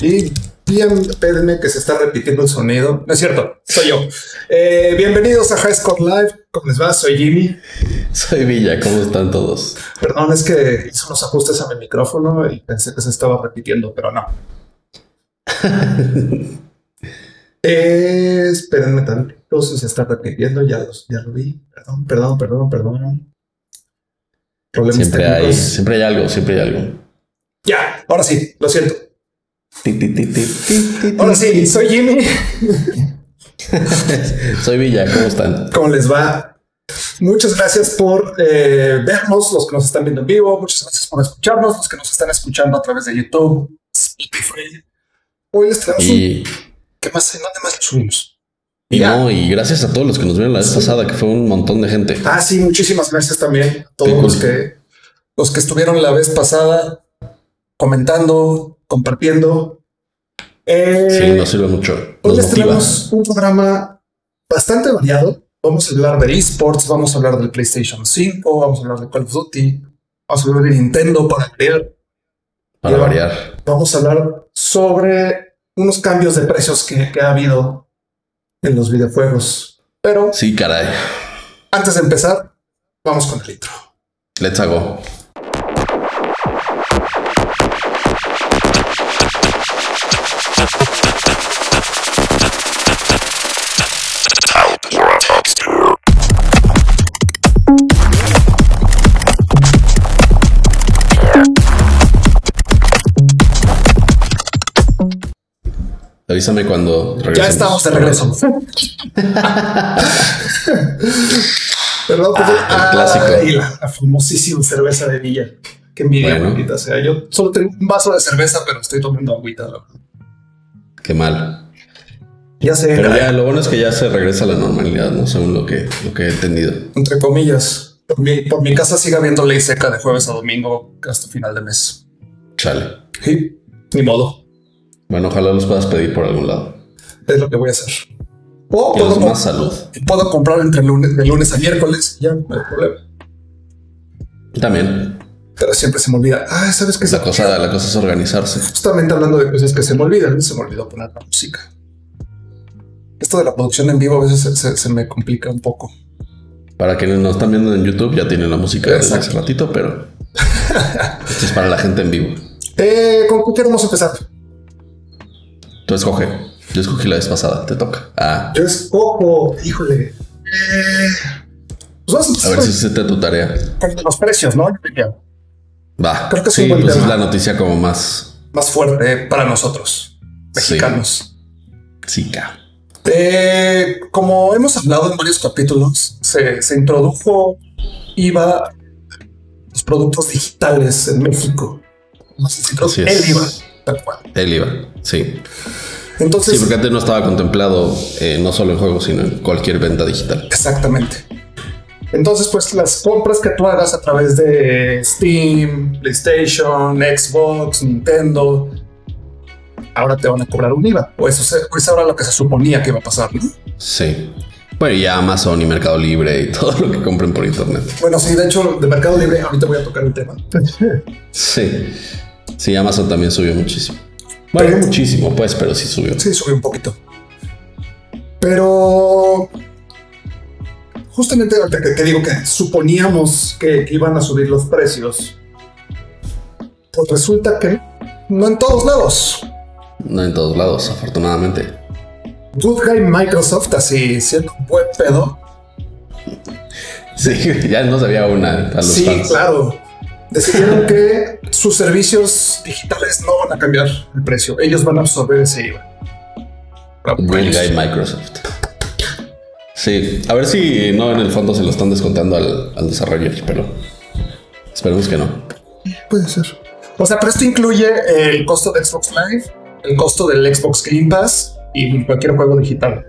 Y bien, pedme que se está repitiendo el sonido. No es cierto, soy yo. Eh, bienvenidos a High Score Live. ¿Cómo les va? Soy Jimmy. Soy Villa, ¿cómo están todos? Perdón, es que hice unos ajustes a mi micrófono y pensé que se estaba repitiendo, pero no. Eh, espérenme tantito si se está repitiendo. Ya, los, ya lo vi. Perdón, perdón, perdón, perdón. Problemas Siempre hay, técnicos. siempre hay algo, siempre hay algo. Ya, ahora sí, lo siento. Ti, ti, ti, ti, ti, ti, ti. Ahora sí, soy Jimmy. Soy Villa, ¿cómo están? ¿Cómo les va? Muchas gracias por eh, vernos, los que nos están viendo en vivo. Muchas gracias por escucharnos, los que nos están escuchando a través de YouTube, Spotify. Hoy les traemos un... Y, ¿Qué más? ¿En dónde más les subimos? y Ya. no, y gracias a todos los que nos vieron la vez pasada, que fue un montón de gente. Ah, sí, muchísimas gracias también a todos Qué cool. los que los que estuvieron la vez pasada comentando, compartiendo. Eh, pues Sí, nos sirve mucho. Hoy Nos les motiva. tenemos un programa bastante variado. Vamos a hablar de esports, vamos a hablar del PlayStation 5, vamos a hablar de Call of Duty, vamos a hablar de Nintendo para creer, Para Ya. variar. vamos a hablar sobre unos cambios de precios que, que ha habido en los videojuegos. Pero Sí, caray. antes de empezar, vamos con el intro. Let's go. Avísame cuando regresemos. Ya estamos de regreso. Perdón, pues, Ah, el ay, clásico. la, la famosísima cerveza de Villa. Qué envidia, Bueno. maldita sea. Yo solo tengo un vaso de cerveza, pero estoy tomando agüita. la verdad. Qué mal. Ya sé, Pero caray, ya, lo bueno es que ya se regresa a la normalidad, ¿no? Según lo que, lo que he entendido. entre comillas. Por mi, por mi casa sigue habiendo ley seca de jueves a domingo hasta final de mes. Chale. Sí, ni modo. Bueno, ojalá los puedas pedir por algún lado. Es lo que voy a hacer. O Que los puedo, más salud. puedo comprar entre lunes, de lunes a miércoles. Ya, no hay problema. También. Pero siempre se me olvida. Ah, ¿sabes qué? La cosa, la cosa es organizarse. Justamente hablando de cosas que se me olvidan, se me olvidó poner la música. Esto de la producción en vivo a veces se, se- se me complica un poco. Para quienes nos están viendo en YouTube, ya tienen la música desde hace Exacto. ratito, pero esto es para la gente en vivo. Eh, ¿Con qué vamos a empezar? Tú escoge. Yo escogí la vez pasada. Te toca. Ah, Yo escojo, híjole. Eh, pues vamos a a empezar ver si hiciste tu tarea. con los precios, ¿no? Yo diría, Va. Creo que es un sí, buen pues es tema. la noticia como más. Más fuerte eh, para nosotros, mexicanos. Sí, ca. Eh, como hemos hablado en varios capítulos, se, se introdujo IVA, los productos digitales en México. No sé si Así el es. IVA, tal cual. El IVA. Sí. Entonces, Sí, porque antes no estaba contemplado eh, no solo en juegos, sino en cualquier venta digital. exactamente. Entonces, pues las compras que tú hagas a través de Steam, PlayStation, Xbox, Nintendo, ahora te van a cobrar un IVA. O eso se- o es ahora lo que se suponía que iba a pasar, ¿no? Sí. Bueno, y ya Amazon y Mercado Libre y todo lo que compren por internet. Bueno, sí, de hecho, de Mercado Libre, ahorita voy a tocar el tema. Sí. Sí, Amazon también subió muchísimo. Bueno, no muchísimo, pues, pero sí subió. Sí, subió un poquito. Pero justamente ahorita que te digo que suponíamos que iban a subir los precios, pues resulta que no en todos lados. No en todos lados, afortunadamente. Good Guy Microsoft, así siendo un buen pedo. Sí, ya no sabía una a los sí, fans. claro. Decidieron que sus servicios digitales no van a cambiar el precio. Ellos van a absorber ese IVA. Bravo por Good ellos. guy Microsoft. Sí, a ver si no en el fondo se lo están descontando al, al desarrollo, pero esperemos que no. Puede ser. O sea, pero esto incluye el costo de Xbox Live, el costo del Xbox Game Pass y cualquier juego digital.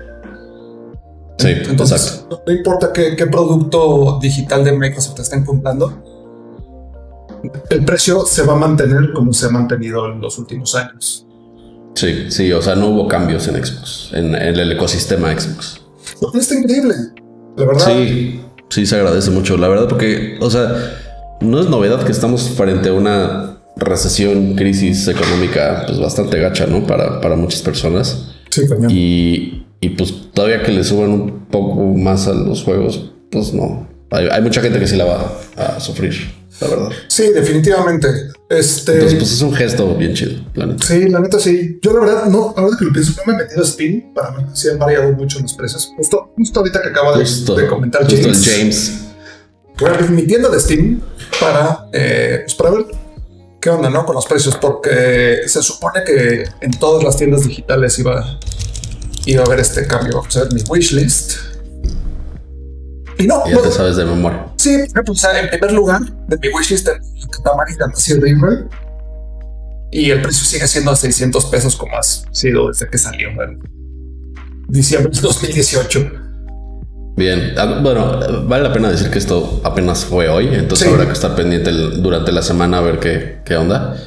Sí, Entonces, exacto. no- no importa qué, qué producto digital de Microsoft estén comprando, el precio se va a mantener como se ha mantenido en los últimos años. Sí, sí, o sea, no hubo cambios en Xbox, en, en el ecosistema Xbox. No, está increíble. La verdad. Sí, sí se agradece mucho, la verdad, porque, o sea, no es novedad que estamos frente a una recesión, crisis económica, pues bastante gacha, ¿no? Para, para muchas personas. Sí, cañón. Y, y, pues todavía que le suban un poco más a los juegos, pues no. Hay, hay mucha gente que sí la va a sufrir, la verdad. Sí, definitivamente. Este. Entonces, pues es un gesto bien chido, la neta. Sí, la neta sí. Yo la verdad, no, ahora que lo pienso, no me he metido a Steam. Para mí sí han variado mucho los precios. Justo, justo ahorita que acaba de, Justo, de comentar justo James. el James. Voy a abrir mi tienda de Steam para, eh, pues para ver qué onda, ¿no? Con los precios, porque se supone que en todas las tiendas digitales iba, iba a haber este cambio. Vamos a ver mi wishlist. Y no, Ya no- te sabes de memoria. sí, voy a pulsar en primer lugar de mi wishlist en Katamari Damacy River. Y el precio sigue siendo a 600 pesos como ha sido desde que salió en diciembre de 2018. Bien, Ah, bueno, vale la pena decir que esto apenas fue hoy, entonces Sí. habrá que estar pendiente el- durante la semana a ver qué, qué onda,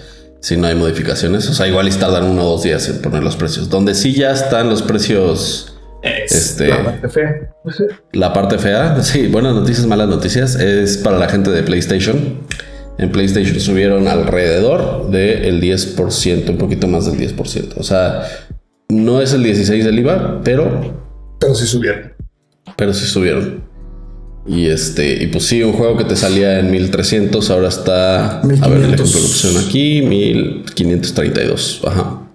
si no hay modificaciones, o sea, igual y tardan uno o dos días en poner los precios, donde sí ya están los precios, Es Este- la parte fea. Pues la parte fea, sí, buenas noticias, malas noticias, es para la gente de PlayStation, en PlayStation subieron alrededor del 10%, un poquito más del 10%, o sea, no es el 16 del IVA, pero Pero sí subieron. pero sí subieron. Y este, y pues sí, un juego que te salía en 1300, ahora está. A ver el 1500. ejemplo que pusieron aquí: 1532. Ajá.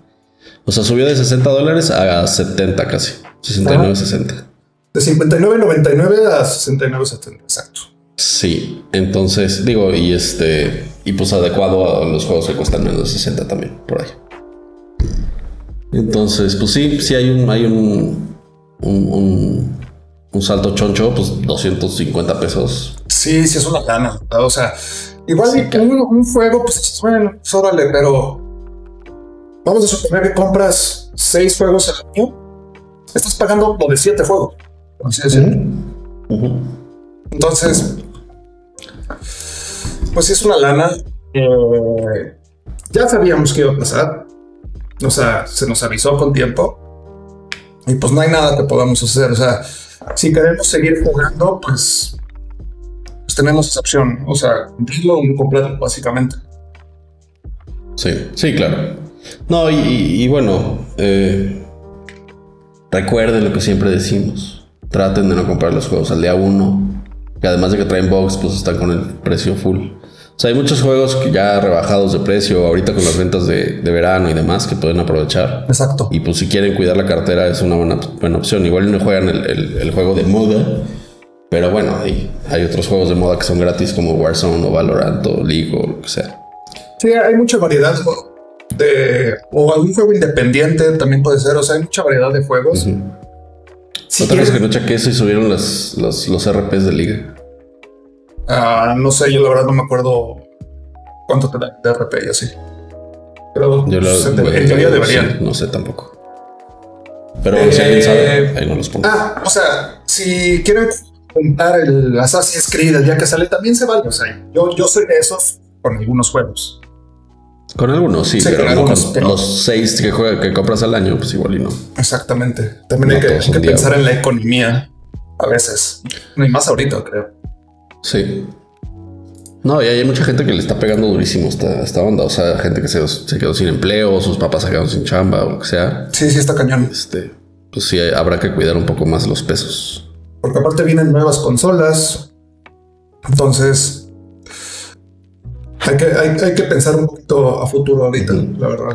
O sea, subió de 60 dólares a 70 casi. 69, Ajá. 60. De 59.99 a 69.70, exacto. Sí, entonces, digo, y este, y pues adecuado a los juegos que cuestan menos de 60 también, por ahí. Entonces, pues sí, sí hay un, hay un, un, un, un salto choncho, pues 250 pesos Sí, sí es una lana. ¿verdad? O sea, igual Sí, y claro. un, un fuego, pues bueno, pues órale, pero vamos a suponer que compras seis fuegos al año. Estás pagando lo de siete fuegos. por así decirlo. Ujú. Entonces, pues sí es una lana. Eh, ya sabíamos que iba a pasar. O sea, se nos avisó con tiempo. Y pues no hay nada que podamos hacer. O sea, si queremos seguir jugando, pues, pues tenemos esa opción. O sea, cumplirlo o no cumplirlo, básicamente. Sí, sí, claro. No, y, y- y bueno, eh, recuerden lo que siempre decimos. Traten de no comprar los juegos al día uno. Que además de que traen box, pues están con el precio full. O sea, hay muchos juegos que ya rebajados de precio, ahorita con las ventas de, de verano y demás, que pueden aprovechar. Exacto. Y pues si quieren cuidar la cartera es una buena, buena opción. Igual no juegan el, el- el juego de moda. Pero bueno, hay, hay otros juegos de moda que son gratis como Warzone o Valorant o League o lo que sea. Sí, hay mucha variedad de- de. O algún juego independiente también puede ser. O sea, hay mucha variedad de juegos. Ujú. Si Otra vez quieres- que no chequé eso y subieron las, los, los RPs de liga. Ah, no sé, yo la verdad no me acuerdo cuánto te da de RP y así. Pero Yo pues, lo, en, te- bueno, en teoría sí, deberían. no sé tampoco. Pero bueno, si Eh, alguien sabe, ahí no los pongo. Ah, o sea, si quieren comprar el Assassin's Creed el día que sale, también se vale. O sea, yo, yo soy de esos con algunos juegos. con algunos, sí, sí, pero con no algunos, con pero- los seis que, juega- que compras al año, pues igual y no. Exactamente. También hay No que, todos hay son que diablos. pensar en la economía a veces. Ni más ahorita, creo. Sí. No, y hay mucha gente que le está pegando durísimo esta, esta onda. O sea, gente que se, se quedó sin empleo, sus papás se quedaron sin chamba o lo que sea. Sí, sí, está cañón. Este, pues sí, habrá que cuidar un poco más los pesos. Porque aparte vienen nuevas consolas. Entonces, hay que, hay, hay que pensar un poquito a futuro ahorita, la verdad.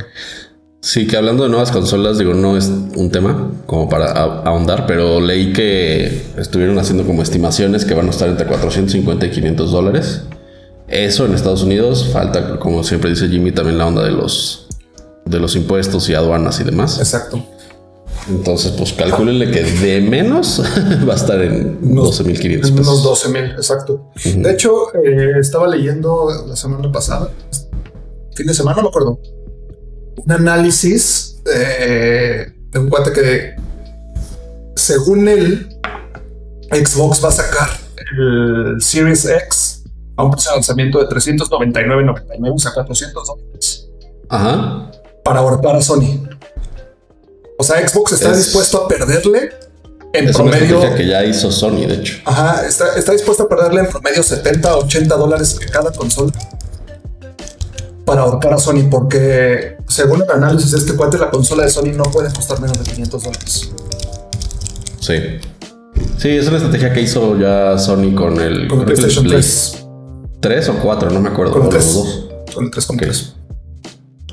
Sí, que hablando de nuevas consolas, digo, no es un tema como para a- ahondar, pero leí que estuvieron haciendo como estimaciones que van a estar entre 450 y 500 dólares. Eso en Estados Unidos falta, como siempre dice Jimmy, también la onda de los de los impuestos y aduanas y demás. Exacto. Entonces, pues calcúlenle que de menos va a estar en Unos- 12.500 En unos pesos. 12 mil, exacto. De hecho, eh, estaba leyendo la semana pasada, fin de semana, no me acuerdo, un análisis eh, de un cuate que, según él, Xbox va a sacar el Series X a un precio de lanzamiento de 399.99, o sea, 400 dólares, Ajá. para abortar a Sony. O sea, Xbox está Es- dispuesto a perderle en Es una promedio. estrategia que ya hizo Sony, de hecho. Ajá, está, está dispuesto a perderle en promedio 70, 80 dólares a cada consola para ahorcar a Sony, porque según el análisis de este cuate, la consola de Sony no puede costar menos de 500 dólares. Sí. Sí, es una estrategia que hizo ya Sony con el, Con el creo que el PlayStation Play 3. 3 o 4, no me acuerdo. Con el o los 3. dos. Con el 3 con Ok. 3.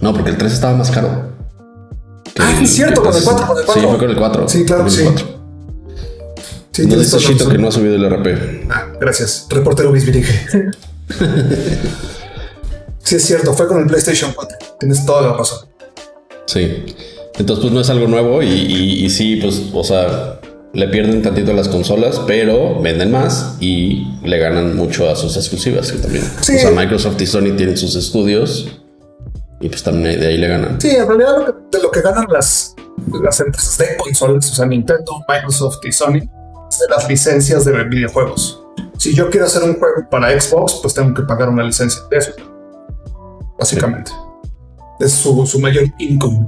No, porque el 3 estaba más caro. Que Ah, es cierto, que con el 4, entonces- con el 4. Sí, fue con el 4. Sí, claro con que el sí. 4. Sí, Nos tienes dice toda la Shito razón. que no ha subido el RP. Ah, gracias. Reportero bisbirige. sí, es cierto, fue con el PlayStation 4. Tienes toda la razón. Sí. Entonces, pues no es algo nuevo y, y- y sí, pues, o sea, le pierden tantito a las consolas, pero venden más y le ganan mucho a sus exclusivas, que también. Sí. O sea, Microsoft y Sony tienen sus estudios y pues también de ahí le ganan. Sí, en realidad lo que- de lo que ganan las, las empresas de consolas, o sea, Nintendo, Microsoft y Sony, es de las licencias de videojuegos. Si yo quiero hacer un juego para Xbox, pues tengo que pagar una licencia de eso. Básicamente. Es su, su mayor income.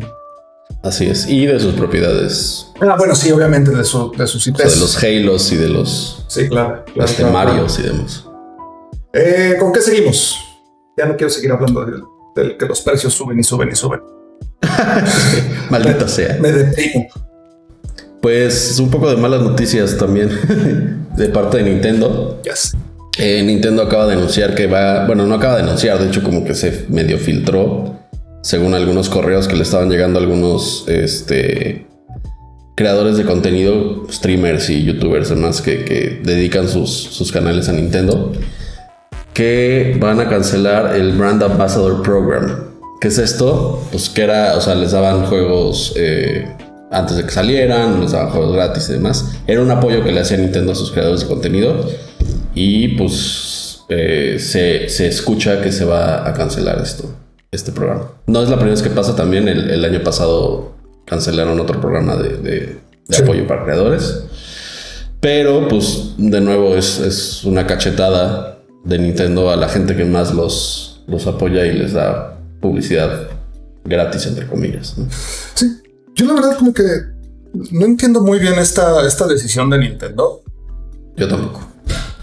Así es. Y de sus propiedades. Ah, bueno, sí, obviamente de, su, de sus O sea, IPs. de los Halos y de los sí, claro. Pues, claro, este, claro, claro. Marios y demás. Eh, ¿Con qué seguimos? Ya no quiero seguir hablando del, del que los precios suben y suben y suben. Maldita sea. Me deprimo. Pues un poco de malas noticias también de parte de Nintendo. Yes. Eh, Nintendo acaba de anunciar que va, bueno, no acaba de anunciar, de hecho como que se medio filtró, según algunos correos que le estaban llegando a algunos este, creadores de contenido, streamers y youtubers demás que, que dedican sus, sus canales a Nintendo, que van a cancelar el Brand Ambassador Program. ¿Qué es esto? Pues que era, o sea, les daban juegos eh, antes de que salieran, les daban juegos gratis y demás. Era un apoyo que le hacía Nintendo a sus creadores de contenido y pues eh, se, se escucha que se va a cancelar esto, este programa. No es la primera vez que pasa también, el, el año pasado cancelaron otro programa de, de- de Sí. apoyo para creadores. Pero, pues, de nuevo es, es una cachetada de Nintendo a la gente que más los, los apoya y les da publicidad gratis, entre comillas. ¿no? Sí. Yo la verdad como que no entiendo muy bien esta, esta decisión de Nintendo. Yo tampoco.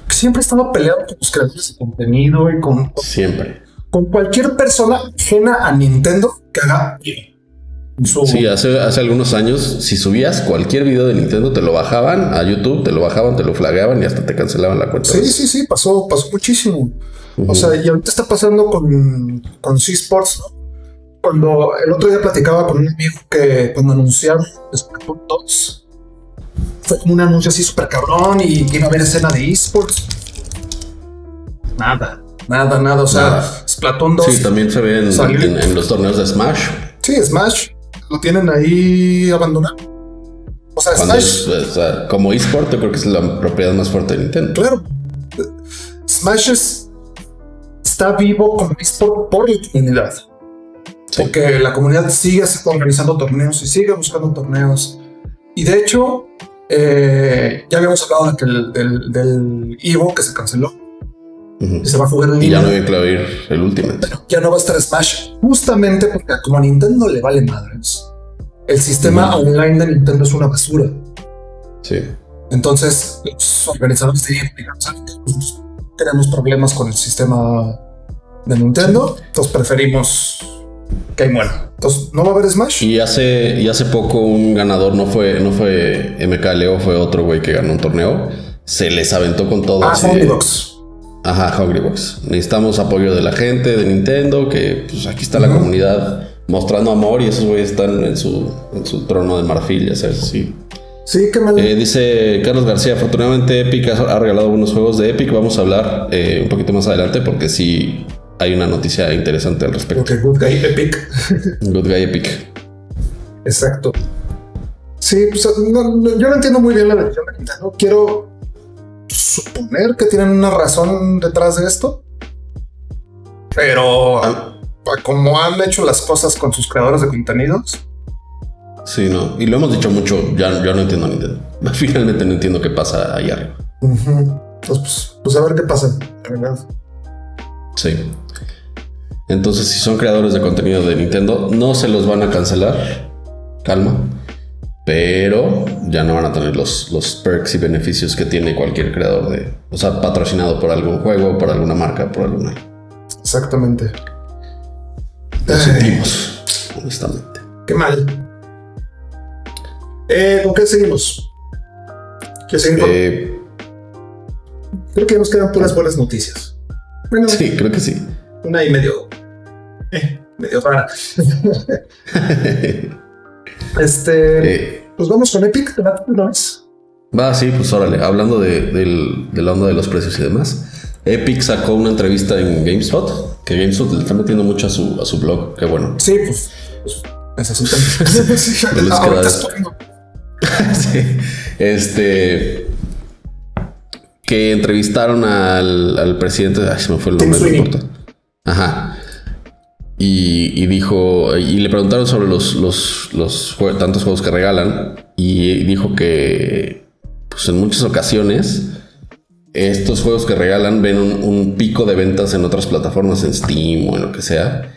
que Siempre he estado peleado con los creadores de contenido y con, Siempre. con cualquier persona ajena a Nintendo que haga bien. Su- Sí, hace, hace algunos años, si subías cualquier video de Nintendo, te lo bajaban a YouTube, te lo bajaban, te lo flagaban y hasta te cancelaban la cuenta. sí, sí, sí, pasó, pasó muchísimo. Ujú. O sea, y ahorita está pasando con, con C-Sports, ¿no? Cuando el otro día platicaba con un amigo que pues, cuando anunciaron Splatoon 2, fue como un anuncio así súper cabrón y que iba a haber escena de esports. Nada, nada, nada. O sea, Nada. Splatoon 2. Sí, también se ve en, Salió. en- en los torneos de Smash. Sí, Smash lo tienen ahí abandonado. O sea, Cuando Smash. es- o sea, como eSport, yo creo que es la propiedad más fuerte de Nintendo. Claro. Smash es- está vivo como eSport por la comunidad. Sí. Porque la comunidad sigue organizando torneos y sigue buscando torneos. Y de hecho, eh, ya habíamos hablado de que el- del, del Evo que se canceló. Ujú. que se va a jugar en Y línea. ya no voy a clavar el Ultimate. ya no va a estar Smash. Justamente porque como a Nintendo le vale madres. El sistema Ujú. online de Nintendo es una basura. Sí. Entonces, los organizadores de EA dijeron, "¿Saben qué? Pues, tenemos problemas con el sistema de Nintendo, entonces preferimos que ahí muera. Entonces, ¿no va a haber Smash? Y hace, y hace poco un ganador no fue, no fue MKLeo, fue otro güey que ganó un torneo. Se les aventó con todo. ah, así de- Hungry Dogs. Ajá, Hungrybox. Necesitamos apoyo de la gente, de Nintendo, que pues aquí está la Ujú. comunidad mostrando amor y esos güeyes están en su, en su trono de marfil, ya sabes, así. Sí, qué mal. Eh, dice Carlos García, afortunadamente Epic ha, ha regalado algunos juegos de Epic. Vamos a hablar eh, un poquito más adelante porque sí hay una noticia interesante al respecto. Porque Good Guy Epic. Good Guy Epic. Exacto. Sí, pues no- no- yo no entiendo muy bien la decisión de Nintendo. Quiero suponer que tienen una razón detrás de esto. Pero Ah. a- a como han hecho las cosas con sus creadores de contenidos, Sí, no. Y lo hemos dicho mucho, ya, ya no entiendo a Nintendo. Finalmente no entiendo qué pasa allá arriba. Ujú. Pues, pues, pues a ver qué pasa, la verdad. Sí. Entonces, si son creadores de contenido de Nintendo, no se los van a cancelar. Calma. Pero ya no van a tener los, los perks y beneficios que tiene cualquier creador de. O sea, patrocinado por algún juego, por alguna marca, por alguna. Exactamente. Lo sentimos, honestamente. Qué mal. Eh, ¿Con qué seguimos? ¿Quieres seguir con- Eh, Creo que nos quedan puras buenas noticias. Bueno, sí, creo que sí. una y medio. eh, medio rara. Este. Eh, Pues vamos con Epic, ¿te late de una vez? Va, sí, pues órale, hablando de, del- de la onda de los precios y demás, Epic sacó una entrevista en GameSpot, que GameSpot le está metiendo mucho a su, a su blog, que bueno. Sí, pues. Necesitan. De los que Ahorita da- es cuando. Sí. Este... Que entrevistaron al, al presidente, ay, se me fue el Tim nombre, no Sweeney. importa. Ajá. Y, y dijo, y le preguntaron sobre los, los, los jue- tantos juegos que regalan, y dijo que pues en muchas ocasiones estos juegos que regalan ven un, un pico de ventas en otras plataformas, en Steam o en lo que sea.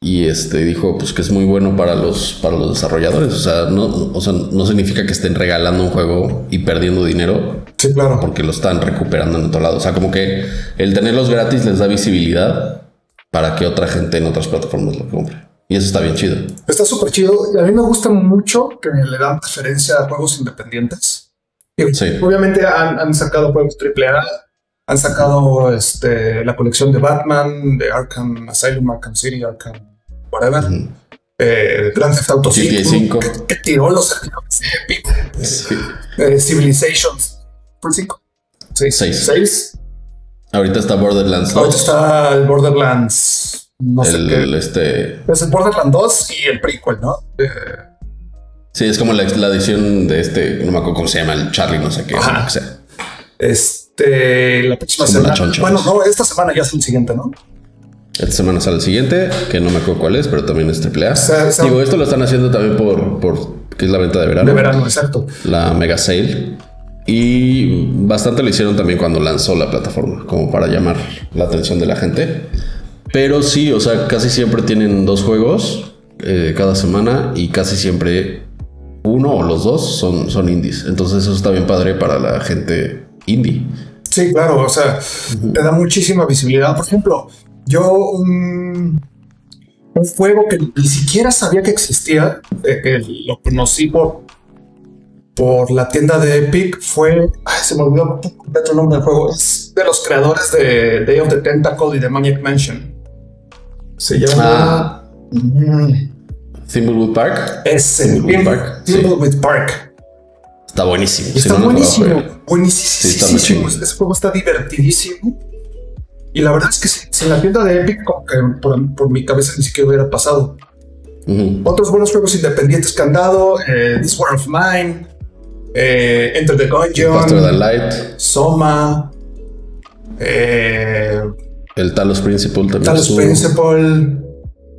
Y este dijo pues que es muy bueno para los, para los desarrolladores. O sea, no, o sea, no significa que estén regalando un juego y perdiendo dinero Sí, claro. porque lo están recuperando en otro lado. O sea, como que el tenerlos gratis les da visibilidad para que otra gente en otras plataformas lo compre. Y eso está bien chido. Está súper chido. y A mí me gusta mucho que le dan preferencia a juegos independientes. Digo, Sí. Obviamente han, han sacado juegos AAA. Han sacado este, la colección de Batman, de Arkham Asylum, Arkham City, Arkham whatever. Ujú. eh, Grand Theft Auto GTA 5, cinco. Que, que tiró los servidores de Epic, Sí. eh, Civilizations, ¿fue 5? Seis. 6. Ahorita está Borderlands 2. Ahorita está el Borderlands, no sé el- qué. el, este, Es el Borderlands 2 y el prequel, ¿no? Eh, Sí, es como la, la edición de este, no me acuerdo cómo se llama, el Charlie, no sé qué. Ajá. o sea. Este, la próxima Como la semana. choncha, bueno, pues. no, esta semana ya es el siguiente, ¿no? Esta semana sale el siguiente, que no me acuerdo cuál es, pero también es AAA. Sa- sa- Digo, esto lo están haciendo también por, por que es la venta de verano, De verano, exacto. la mega sale. Y bastante lo hicieron también cuando lanzó la plataforma, como para llamar la atención de la gente. Pero sí, o sea, casi siempre tienen dos juegos eh, cada semana y casi siempre uno o los dos son, son indies. Entonces eso está bien padre para la gente indie. Sí, claro, o sea, te da muchísima visibilidad. Por ejemplo, yo un, un juego que ni siquiera sabía que existía, eh, que lo conocí por, por la tienda de Epic, fue, ay, se me olvidó por completo el nombre del juego, es de los creadores de Day of the Tentacle y de Maniac Mansion. Se llama... Ah. Mm, Thimblewood Park Ese, Thimbleweed Park, sí. with Park. está buenísimo. Y Si está no, no lo buenísimo, voy a jugar. Sí, está muy buenísimo. chingón. Ese juego está divertidísimo. Y la verdad es que sin, sin la tienda de Epic, como que por, por mi cabeza ni siquiera hubiera pasado. Ujú. Otros buenos juegos independientes que han dado: eh, This War of Mine, eh, Enter the Faster Than Gungeon, Light, Soma, eh, el Talos Principle también. Talos estuvo. Principle,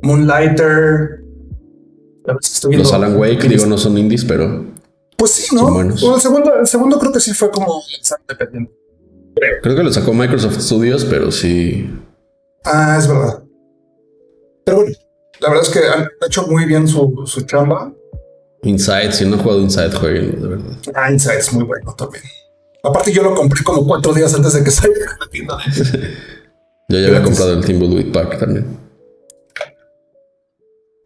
Moonlighter. La verdad es que estoy viendo. Los Alan Wake, digo, no son indies, pero Pues sí, ¿no? son buenos. Bueno, el, segundo, el segundo creo que sí fue como lanzar independiente. creo que lo sacó Microsoft Studios, pero sí. Ah, es verdad. Pero bueno, la verdad es que han hecho muy bien su, su chamba. Inside, si no han jugado Inside, jueguen, de verdad. Ah, Inside es muy bueno también. Aparte, yo lo compré como cuatro días antes de que saliera de la tienda. Yo ya había Gratis. comprado el Thimbleweed Park también.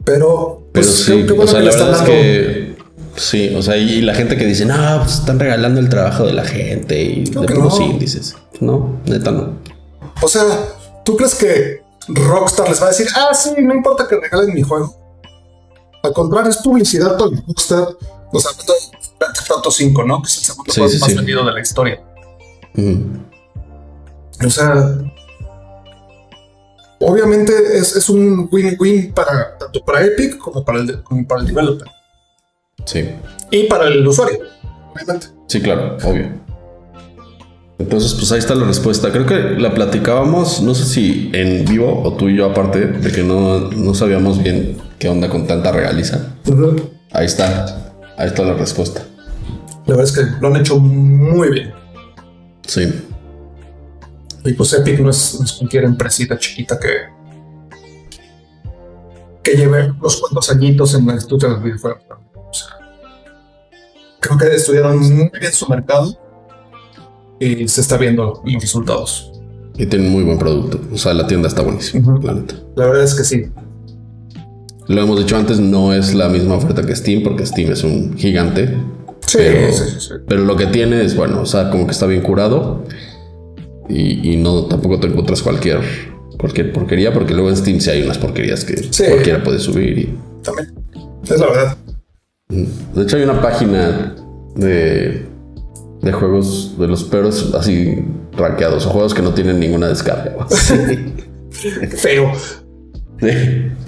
Pero, Pero pues, sí, qué- qué o bueno sea, que la le están verdad es dando- que. Sí, o sea, y la gente que dice, no, pues están regalando el trabajo de la gente y Creo de que puros no. índices. No, neta no. O sea, ¿tú crees que Rockstar les va a decir, ah, sí, no importa que regalen mi juego? Al contrario, es publicidad para Rockstar. O sea, hablando de Grand Theft Auto 5, ¿no? Que es el segundo Sí, juego sí, más sí. vendido de la historia. Ujú. O sea, obviamente es, es un win-win para tanto para Epic como para el de- como para el developer Sí. y para el usuario, obviamente. Sí, claro, obvio. Entonces, pues ahí está la respuesta. Creo que la platicábamos, no sé si en vivo o tú y yo aparte, de que no, no sabíamos bien qué onda con tanta regaliza. Ahí está, ahí está la respuesta. La verdad es que lo han hecho muy bien. Sí, Y pues Epic no es, no es cualquier empresita chiquita que que lleve unos cuantos añitos en la industria de los videojuegos. O sea, creo que estudiaron muy bien su mercado y se está viendo los resultados. y tienen muy buen producto. O sea, la tienda está buenísima, Ujú. la neta. La verdad es que sí. Lo hemos dicho antes, no es la misma oferta que Steam, porque Steam es un gigante. Sí, pero, sí, sí, sí. pero lo que tiene es, bueno, o sea, como que está bien curado. Y, y no, tampoco te encuentras cualquier, cualquier porquería, porque luego en Steam sí hay unas porquerías que Sí. cualquiera puede subir. y- También. Es la verdad. de hecho, hay una página de, de juegos de los peores así rankeados, o juegos que no tienen ninguna descarga. Feo. Sí.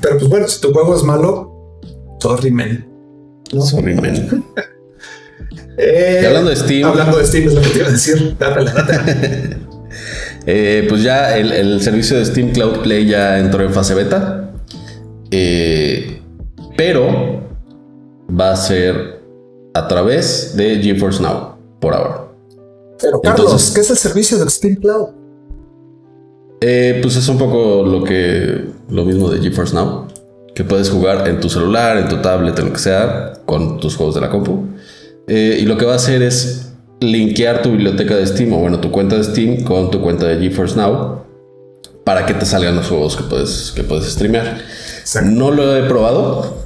Pero pues bueno, si tu juego es malo, sorry, man. Sorry, man. Eh, Y hablando de Steam. Hablando de Steam, es lo que te iba a decir. Dátela, dátela. Eh, pues ya el, el servicio de Steam Cloud Play ya entró en fase beta. Eh, pero va a ser a través de GeForce Now, por ahora. Pero Carlos, Entonces- ¿qué es el servicio de Steam Cloud? Eh, pues es un poco lo que lo mismo de GeForce Now, que puedes jugar en tu celular, en tu tablet, en lo que sea, con tus juegos de la compu. Eh, y lo que va a hacer es linkear tu biblioteca de Steam o bueno, tu cuenta de Steam con tu cuenta de GeForce Now para que te salgan los juegos que puedes que puedes streamear. Exacto. No lo he probado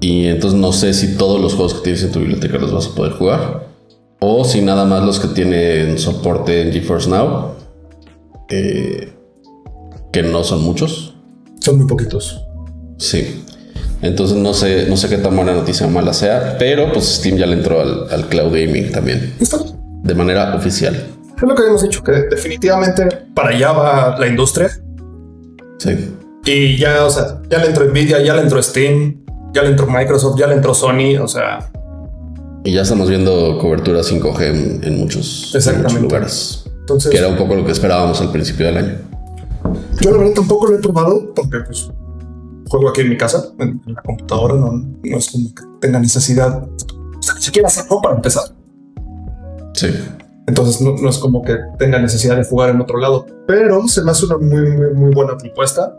y entonces no sé si todos los juegos que tienes en tu biblioteca los vas a poder jugar o si nada más los que tienen soporte en GeForce Now, eh, que no son muchos. Son muy poquitos. Sí. Entonces no sé, no sé qué tan buena noticia o mala sea, pero pues Steam ya le entró al, al cloud gaming también, Está bien. de manera oficial. Es lo que habíamos dicho, que definitivamente para allá va la industria. Sí. Y ya, o sea, ya le entró Nvidia, ya le entró Steam, ya le entró Microsoft, ya le entró Sony, o sea, Y ya estamos viendo cobertura 5G en, en muchos, en Exactamente. muchos lugares, entonces que era un poco lo que esperábamos al principio del año. yo la verdad tampoco lo he probado porque pues juego aquí en mi casa, en, en la computadora, no, no es como que tenga necesidad, o sea, ni siquiera hacerlo para empezar. Sí. Entonces no, no es como que tenga necesidad de jugar en otro lado, pero se me hace una muy, muy, muy buena propuesta.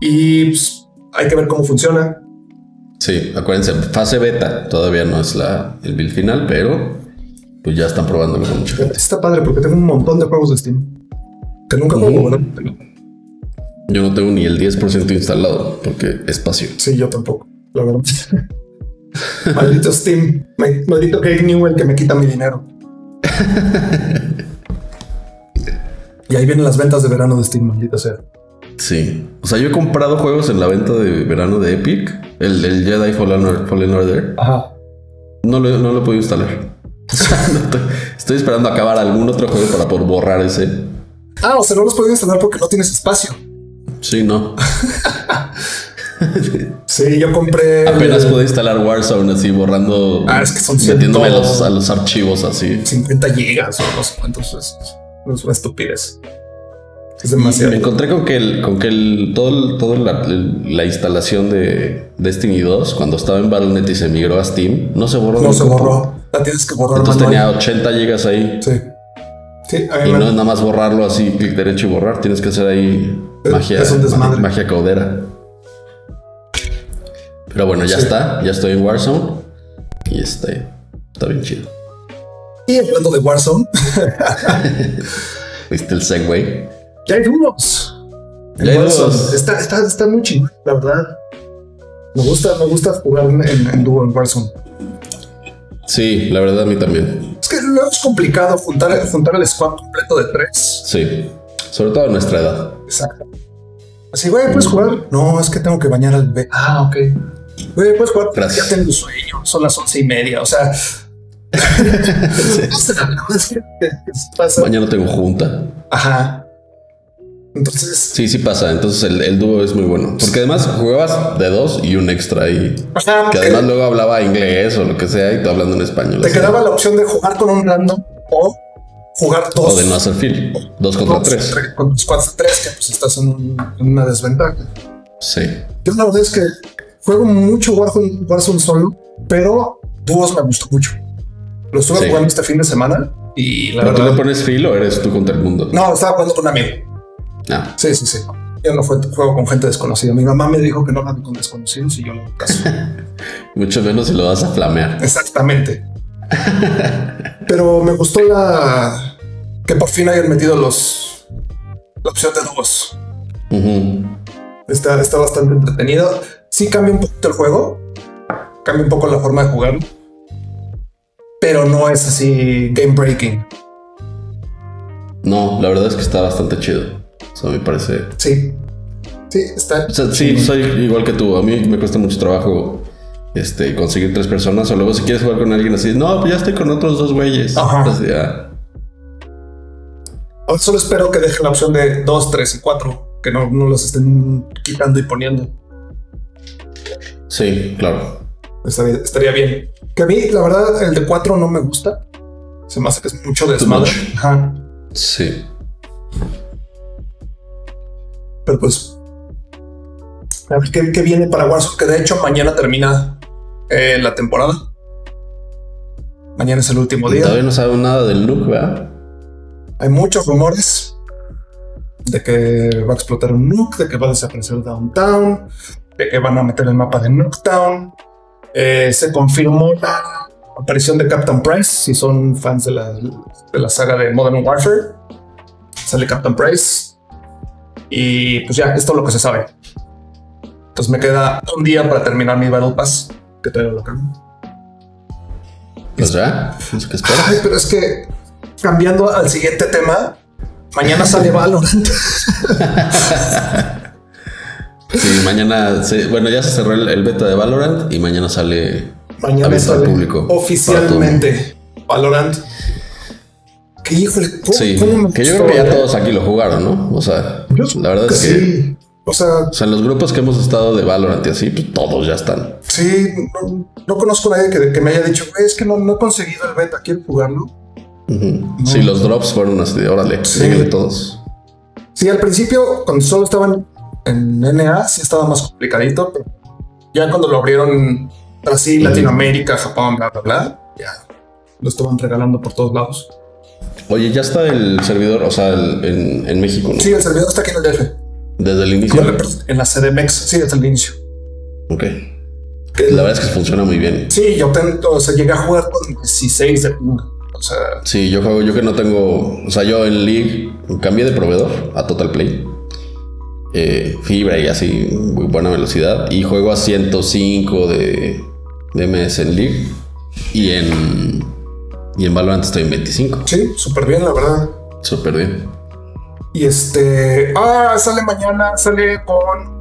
Y pues, hay que ver cómo funciona. Sí, acuérdense, fase beta, todavía no es la, el build final, pero pues ya están probándolo con mucho. Está padre porque tengo un montón de juegos de Steam que nunca juego, Ujú. ¿verdad? Yo no tengo ni el 10% instalado, porque espacio. Sí, yo tampoco, la verdad. Maldito Steam, ma- maldito Gabe Newell que me quita mi dinero. y ahí vienen las ventas de verano de Steam, maldita sea. Sí. O sea, yo he comprado juegos en la venta de verano de Epic, el, el Jedi Fallen, Or- Fallen Order. Ajá. No lo, no lo he podido instalar. O sea, no te- Estoy esperando acabar algún otro juego para poder borrar ese. Ah, o sea, no los puedo instalar porque no tienes espacio. Sí, no. Sí, yo compré. Apenas pude instalar Warzone así, borrando. Eh, Ah, es que son metiéndome a ciento- los, a los archivos así. 50 gigas o no sé cuántos. Es, es una estupidez. Es Sí, me demasiado. encontré con que el, con que el, todo, el- todo la, el- la instalación de Destiny 2, cuando estaba en Battle.net y se migró a Steam, no se borró. No del se compu. borró. La tienes que borrar Entonces tenía manual. 80 gigas ahí. Sí. Sí, a mí Y me- no es nada más borrarlo así, clic derecho y borrar. Tienes que hacer ahí Es- magia, es un desmadre. ma- magia caudera. Pero bueno, ya Sí. está. Ya estoy en Warzone. Y este, está bien chido. Y hablando de Warzone, ¿Viste Este, el Segway? ya hay duros. Ya hay duos. Está, está, está muy chingón, la verdad. Me gusta, me gusta jugar en, en dúo en Warzone. Sí, la verdad a mí también. Es que luego es complicado juntar, juntar el squad completo de tres. Sí. Sobre todo a nuestra edad. Exacto. Así, güey, ¿puedes jugar? No, es que tengo que bañar al bebé. Ah, ok. Güey, ¿puedes jugar? Gracias. Ya tengo sueño, son las once y media, o sea... Pasa. Mañana tengo junta. Ajá. Entonces, Sí, sí pasa. Entonces el, el dúo es muy bueno. Porque además jugabas de dos y un extra ahí. ajá, Que que además luego hablaba inglés o lo que sea y tú hablando en español. te así. quedaba la opción de jugar con un random o jugar dos. O de no hacer fil. Dos contra dos, tres. tre- Con tus cuatro tres, que pues estás en, un- en una desventaja. Sí. Yo la verdad es que juego mucho Warzone, Warzone solo, pero dúos me gustó mucho. Lo estuve Sí. jugando este fin de semana y la ¿Pero tú le verdad... pones fil o eres tú contra el mundo? No, estaba jugando con un amigo. Ah, Sí, sí, sí. Yo no fue- juego con gente desconocida. Mi mamá me dijo que no hablando con desconocidos y yo no caso. mucho menos si lo vas a flamear. Exactamente. Pero me gustó la que por fin hayan metido los la opción de dúos. Ujú. Está, está bastante entretenido. Sí cambia un poquito el juego. Cambia un poco la forma de jugarlo. Pero no es así game breaking. No, la verdad es que está bastante chido. O sea, me parece. Sí. Sí, está. O sea, sí, soy igual que tú. A mí me cuesta mucho trabajo este, conseguir tres personas. O luego, si quieres jugar con alguien así, no, pues ya estoy con otros dos güeyes. Ajá. Así, ah, Ahora Solo espero que deje la opción de 2, 3 y 4. Que no, no los estén quitando y poniendo. sí, claro. Estaría, estaría bien. Que a mí, la verdad, el de 4 no me gusta. Se me hace que es mucho desmadre. much. Ajá. Sí. Pero pues. A ver qué, qué viene para Warzone. Que de hecho, mañana termina eh, la temporada. Mañana es el último Y día. Todavía no saben nada del look, ¿verdad? Hay muchos rumores de que va a explotar un nuke, de que va a desaparecer Downtown, de que van a meter el mapa de Nuketown. Eh, se confirmó la aparición de Captain Price, si son fans de la, de la saga de Modern Warfare. Sale Captain Price. Y pues ya, esto es lo que se sabe. Entonces me queda un día para terminar mi Battle Pass, que todavía lo cambio. Pues ya. No sé qué Ay, esperas. pero es que cambiando al siguiente tema, mañana sale Valorant. Sí, mañana. se- bueno, ya se cerró el, el beta de Valorant y mañana sale. Mañana abierto al sale público. oficialmente Valorant. Que híjole, ¿cómo, Sí. cómo me Que yo gustó, creo que ya eh? todos aquí lo jugaron, ¿no? O sea, Yo la verdad que es que. sí. O sea, O sea, en los grupos que hemos estado de Valorant y así, pues todos ya están. sí, no, no conozco a nadie que, que me haya dicho, "Güey, es que no, no he conseguido el beta, quiero jugarlo. Ujú. Sí, los drops fueron así de órale, Sí. síguele todos. Sí, al principio, cuando solo estaban en NA, sí estaba más complicadito, pero ya cuando lo abrieron Brasil, Ujú. Latinoamérica, Japón, bla, bla, bla, ya lo estaban regalando por todos lados. Oye, ya está el servidor, o sea, el- en, en México, ¿no? Sí, el servidor está aquí en el DF, Desde el inicio. con la- en la CDMX, sí, desde el inicio. Ok. Que- La verdad es que funciona muy bien. Sí, yo ten- o sea, llegué a jugar con 16 de ping. O sea, Sí, yo juego, yo que no tengo. O sea, yo en League cambié de proveedor a Total Play. Eh, fibra y así, muy buena velocidad. Y juego a 105 de, de MS en League. Y en. Y en Valorant estoy en 25. sí, súper bien, la verdad. Súper bien. Y este, ah, sale mañana, sale con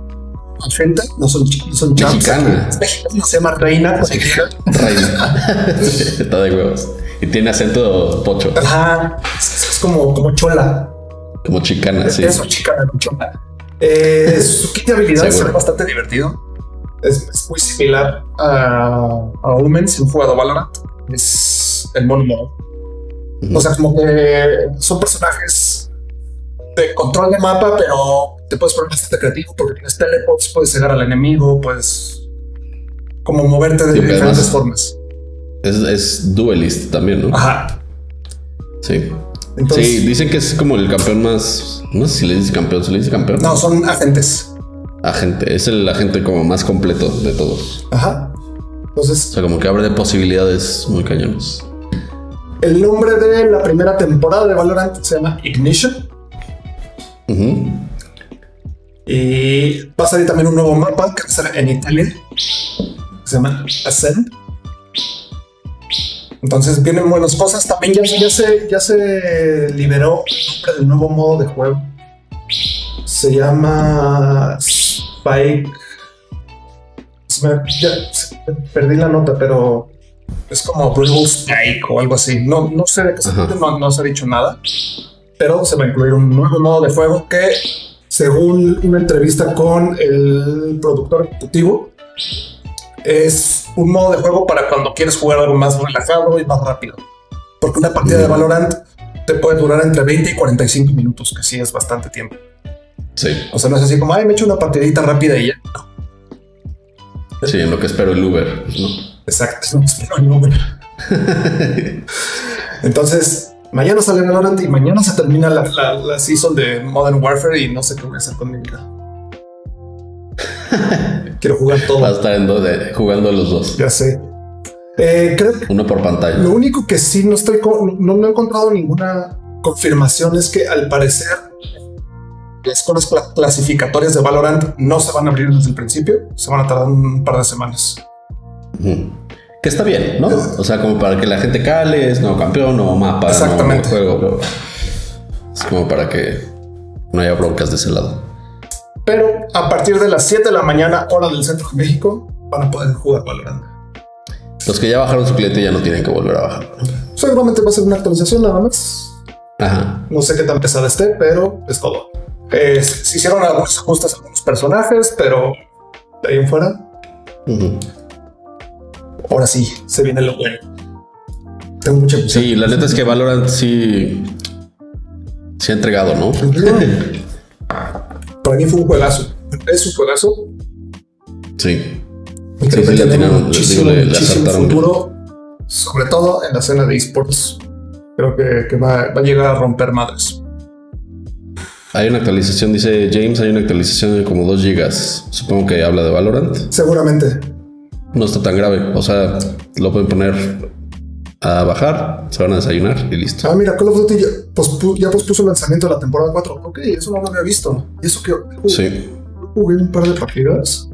gente, no son, chi- no son champs. Mexicana. Es mexicana, se llama Reina. con Y. Reina. Está de huevos. Y tiene acento pocho, Ajá, es, es como, como chola. como chicana, sí. Eso, chica, no chola. Eh, su kit de habilidades Seguro. es bastante divertido. Es, es muy similar a, a Omen, si han jugado Valorant. Es el mono mono. Ujú. O sea, como que son personajes de control de mapa, pero te puedes poner bastante creativo porque tienes teleports, puedes cegar al enemigo, puedes como moverte de Sí, pero diferentes además- formas. Es, es duelist también, ¿no? Ajá. Sí. Entonces, Sí, dicen que es como el campeón más. No sé si le dice campeón, se le dice campeón. no, son agentes. Agente, es el agente como más completo de todos. Ajá. Entonces, O sea, como que abre posibilidades muy cañones. El nombre de la primera temporada de Valorant se llama Ignition. Ujú. Y Eh, va a salir también un nuevo mapa que va a ser en Italia. Se llama Ascend. Entonces vienen buenas cosas. También ya, ya se, ya se liberó el nombre del nuevo modo de juego. Se llama Spike. Se me- ya- se- perdí la nota, pero es como Brutal Spike o algo así. No, no sé de qué se Ajá. trata, no, no se ha dicho nada. Pero se va a incluir un nuevo modo de juego que, según una entrevista con el productor ejecutivo, es un modo de juego para cuando quieres jugar algo más relajado y más rápido. Porque una partida de Valorant te puede durar entre 20 y 45 minutos, que sí es bastante tiempo. Sí, O sea, no es así como, ay, me echo una partidita rápida y ya. sí, en lo que espero el Uber, pues, ¿no? Exacto. no, espero el número. Entonces, mañana sale Valorant y mañana se termina la, la- la season de Modern Warfare y no sé qué voy a hacer con mi vida. Quiero jugar Va a todo. estar en dos de- jugando los dos. Ya sé. Eh, creo que Uno por pantalla. Lo único que sí no estoy con- no, no he encontrado ninguna confirmación es que al parecer las cosas cla- clasificatorias de Valorant no se van a abrir desde el principio, se van a tardar un par de semanas. Ujú. Que está bien, ¿no? O sea, como para que la gente cale, es nuevo campeón, nuevo mapa, Exactamente. nuevo juego. bla, bla. Es como para que no haya broncas de ese lado. Pero a partir de las 7 de la mañana, hora del centro de México, van a poder jugar Valorant. Los que ya bajaron su cliente ya no tienen que volver a bajar. Seguramente va a ser una actualización nada más. Ajá. No sé qué tan pesada esté, pero es todo. Eh, se se hicieron algunos ajustes a algunos personajes, pero de ahí en fuera, Ujú. ahora sí, se viene lo bueno. Tengo mucha emoción. Sí, la neta es que Valorant sí. Se ha entregado, ¿no? Para mí fue un juegazo. Es un juegazo. Sí. Y creo Sí, sí, que le tiene atinaron, le- muchísimo, digo, le- le muchísimo acertaron. futuro, sobre todo en la escena de esports. Creo que, que va, va a llegar a romper madres. Hay una actualización, dice James, hay una actualización de como 2 gigas. Supongo que habla de Valorant. Seguramente. No está tan grave. O sea, lo pueden poner a bajar, se van a desayunar y listo. Ah, mira, Call of Duty ya pospu- ya pospuso el lanzamiento de la temporada 4. Ok, eso no lo había visto. Y eso que ju- Sí. jugué un par de partidas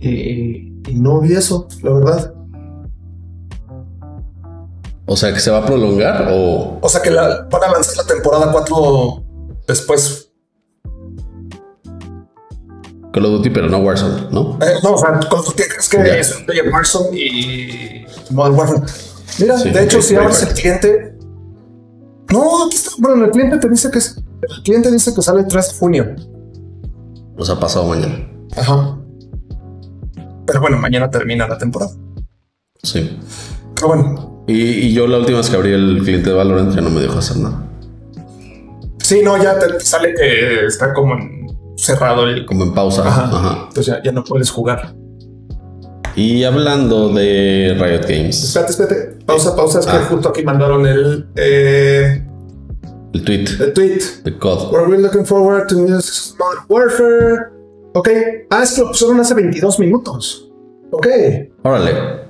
y, y no vi eso, la verdad. O sea, que se va a prolongar o. O sea que la, van a lanzar la temporada 4 después. Call of Duty, pero no Warzone, ¿no? Eh, no, o sea, Call of Duty es que Ya. es un Player Warzone y Modern Warfare. Mira, Sí, de hecho, ok, si abres el Warzone. cliente. No, aquí está. Bueno, el cliente te dice que es. El cliente dice que sale el 3 de junio. O sea, pasado mañana. Ajá. Pero bueno, mañana termina la temporada. Sí. Pero bueno, Y, y yo la última vez que abrí el cliente de Valorant ya no me dejó hacer nada. sí, no, ya te te sale que está como en- cerrado el. Como en pausa. Ajá. Ajá. Entonces ya, ya no puedes jugar. Y hablando de Riot Games, Espérate, espérate. Pausa, pausa. Es que Ah. justo aquí mandaron el, eh, el tweet el tweet. de COD. We're really looking forward to this Modern Warfare. Ok. Ah, es que lo pusieron hace 22 minutos. Ok. Órale,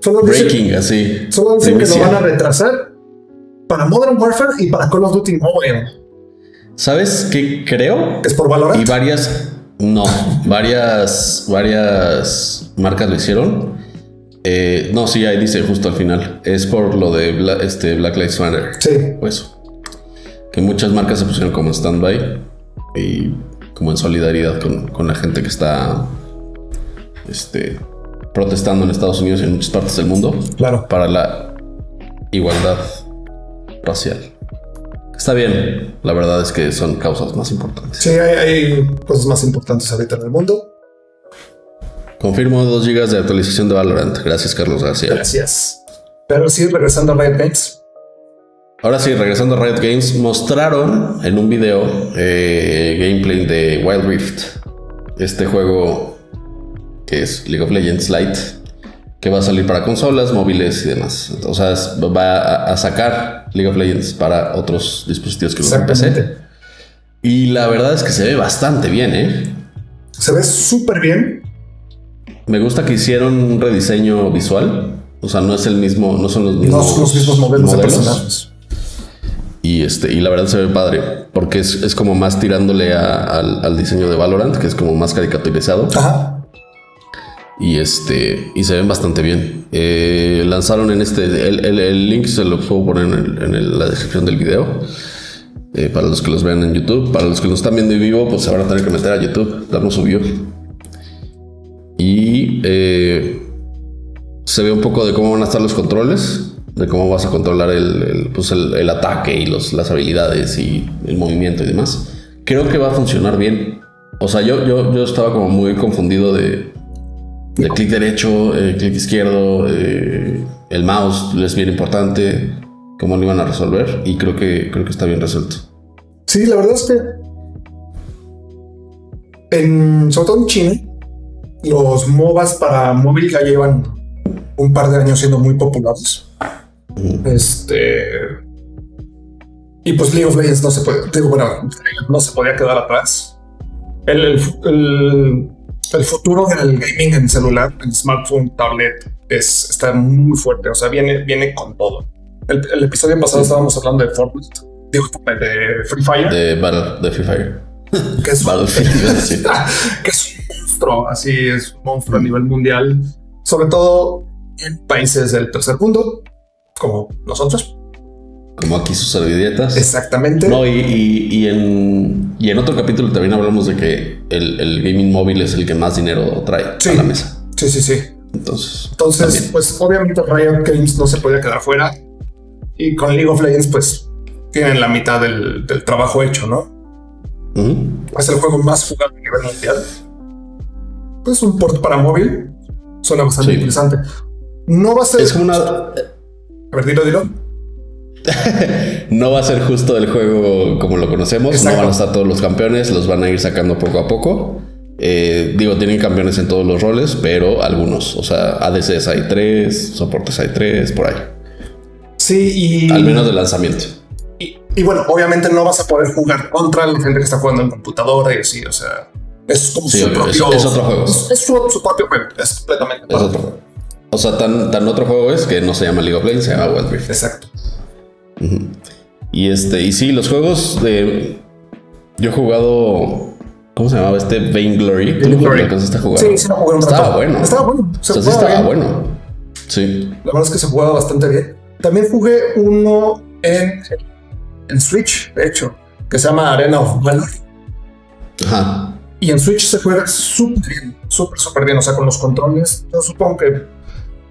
Solo dicen, breaking así. solo dicen que lo primicia. van a retrasar para Modern Warfare y para Call of Duty Mobile, ¿Sabes qué creo? que es por Y Valorant. varias, no, varias, varias marcas lo hicieron. Eh, no, sí, ahí dice justo al final. Es por lo de Bla- este Black Lives Matter. Sí. o eso. Que muchas marcas se pusieron como en stand-by y como en solidaridad con, con la gente que está este, protestando en Estados Unidos y en muchas partes del mundo Claro. para la igualdad racial. Está bien, la verdad es que son causas más importantes. Sí, hay, hay cosas más importantes ahorita en el mundo. Confirmo 2 gigas de actualización de Valorant. Gracias, Carlos García. Gracias. Pero sí, regresando a Riot Games. Ahora sí, regresando a Riot Games, mostraron en un video eh, gameplay de Wild Rift, este juego que es League of Legends Lite, que va a salir para consolas, móviles y demás. O sea, es- va a, a sacar League of Legends para otros dispositivos que no sean PC. Exactamente. Y la verdad es que se ve bastante bien, ¿eh? Se ve súper bien. Me gusta que hicieron un rediseño visual. O sea, no es el mismo, no son los No mismos, son los mismos modelos, de personajes. Y, este, y la verdad se ve padre, porque es, es como más tirándole a- al, al diseño de Valorant, que es como más caricaturizado. Ajá. Y, este, y se ven bastante bien. Eh, lanzaron en este, el, el- el link se lo puedo poner en, el- en el- la descripción del video. eh, para los que los vean en YouTube, para los que nos están viendo en vivo, pues se van a tener que meter a YouTube, darnos su view. Y eh, se ve un poco de cómo van a estar los controles, de cómo vas a controlar el, el, pues, el- el ataque y los, las habilidades y el movimiento y demás. Creo que va a funcionar bien. O sea, yo, yo, yo estaba como muy confundido de, de clic derecho, eh, clic izquierdo, eh, el mouse es bien importante, cómo lo iban a resolver y creo que, creo que está bien resuelto. Sí, la verdad es que. En, sobre todo en China, los MOBAs para móvil ya llevan un par de años siendo muy populares. Este. Y pues League of Legends no se puede. Digo, bueno, no se podía quedar atrás. El, el fu- el- el futuro del gaming en celular, en smartphone, tablet, es, está muy fuerte. O sea, viene, viene con todo. El, el episodio pasado estábamos hablando de Fortnite. Digo, de Free Fire. De Battle, de Free Fire. que es, Battlefield, iba a decir. que es un monstruo, así es un monstruo a nivel mundial, sobre todo en países del tercer mundo, como nosotros. Como aquí sus servilletas. Exactamente. No, y, y- y en, y en otro capítulo también hablamos de que el, el gaming móvil es el que más dinero trae Sí. a la mesa. Sí, sí, sí. Entonces, Entonces, También. pues obviamente Riot Games no se podía quedar fuera. Y con League of Legends, pues tienen la mitad del, del trabajo hecho, ¿no? ujú. Es el juego más jugado a nivel mundial. Pues un port para móvil. Suena bastante Sí. interesante. No va a ser. es como una. A ver, dilo, dilo. No va a ser justo el juego como lo conocemos. Exacto. No van a estar todos los campeones, los van a ir sacando poco a poco. Eh, digo, tienen campeones en todos los roles, pero algunos. O sea, ADCs hay tres, soportes hay tres, por ahí. Sí, y. Al menos de lanzamiento. Y, y bueno, obviamente no vas a poder jugar contra la gente que está jugando en computadora y así, o sea, es como Sí, su obvio, es- propio. es otro juego. Es, es su, su propio juego, es completamente. Es otro. O sea, tan, tan otro juego es que no se llama League of Legends, se llama Wild Rift. Exacto. Y este, y sí, los juegos de. Yo he jugado. ¿Cómo se llamaba este? Vainglory. ¿Tú lo Vainglory. alcanzaste a jugar? Sí, sí, lo jugué un rato. Estaba bueno. Estaba bueno. O se sea, sí jugaba estaba bien. bueno. Sí. La verdad es que se jugaba bastante bien. También jugué uno en, en Switch, de hecho, que se llama Arena of Valor. Ajá. Y en Switch se juega súper bien, súper, súper bien. O sea, con los controles, yo supongo que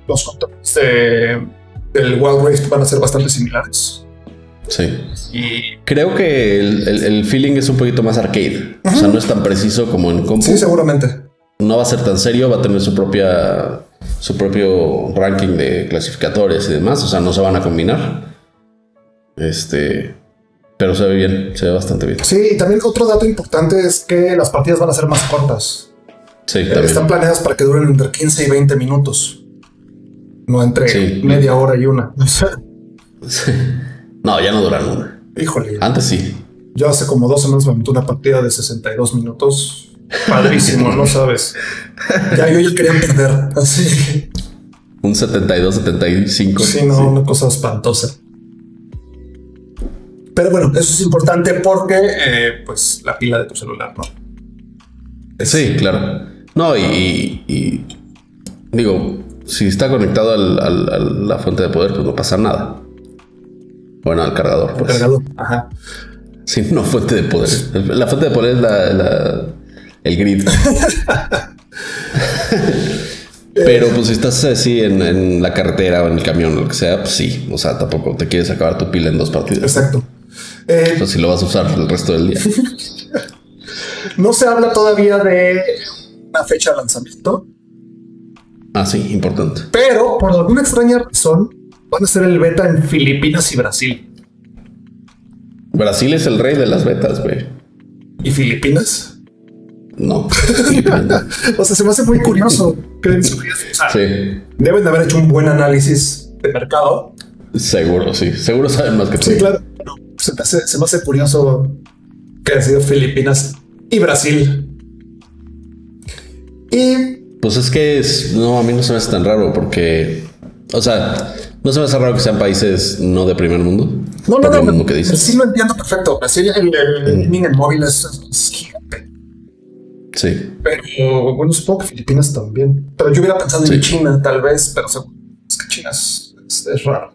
los controles de- del Wild Rift van a ser bastante similares. Sí. Y Creo que el, el- el feeling es un poquito más arcade. O sea, no es tan preciso como en compu. sí, seguramente. No va a ser tan serio, va a tener su propia su propio ranking de clasificadores y demás. O sea, no se van a combinar. Este. Pero se ve bien, se ve bastante bien. Sí, y también otro dato importante es que las partidas van a ser más cortas. Sí, Eh, también. Están planeadas para que duren entre 15 y 20 minutos. No entre Sí. media hora y una. O sea, No, ya no duran una. Híjole, Antes sí. yo hace como dos semanas me metí una partida de 62 minutos. Padrísimo, no sabes. Ya yo ya quería perder. Así. Un 72, 75. Sí, no, una cosa espantosa. Pero bueno, eso es importante porque, eh, pues, la pila de tu celular, ¿no? Sí, claro. No, y, y- y- digo, si está conectado al- al- a la fuente de poder, pues no pasa nada. Bueno, al cargador. El Pues. cargador. Ajá. Sí, no fuente de poder. La fuente de poder es la, la- el grid. Pero pues si estás así en, en la carretera o en el camión o lo que sea, pues sí. O sea, tampoco te quieres acabar tu pila en dos partidas. Exacto. Eh, Pues si lo vas a usar el resto del día. No se habla todavía de una fecha de lanzamiento, Ah, sí, importante. pero por alguna extraña razón van a hacer el beta en Filipinas y Brasil. Brasil es el rey de las betas, güey. ¿Y Filipinas? No. O sea, se me hace muy curioso. que en su- o sea, Sí. Deben de haber hecho un buen análisis de mercado. Seguro, sí. Seguro saben más que tú. Sí, claro. pero se, me hace, se me hace curioso que haya sido Filipinas y Brasil. Y Pues es que es- no, a mí no se me hace tan raro porque, o sea, no se me hace raro que sean países no de primer mundo. no, no, por no, lo no, mismo que dices. Brasil lo entiendo perfecto. Brasil, el, el gaming en móvil es- es gigante. Sí, Pero bueno, supongo que Filipinas también. Pero yo hubiera pensado Sí. en China, tal vez, pero seguro es que China es, es- es raro.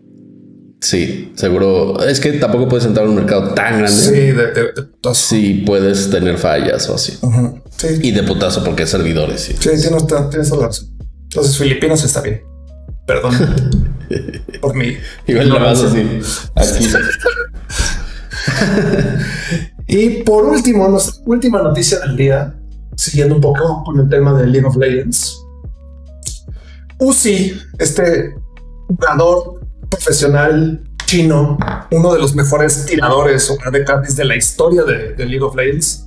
sí, seguro. Es que tampoco puedes entrar a un mercado tan grande. Sí, Sí. de, de- de todas- puedes tener fallas o así. Ujú. Sí, Y de putazo porque hay servidores. sí. sí, tienes, ta- tienes toda la razón. Entonces, Filipinas está bien. Perdón. Por mí. Igual le vas así. Aquí. Y por último, nuestra última noticia del día, siguiendo un poco con el tema de League of Legends. Uzi, este jugador profesional chino, uno de los mejores tiradores o radicales de la historia de, de League of Legends,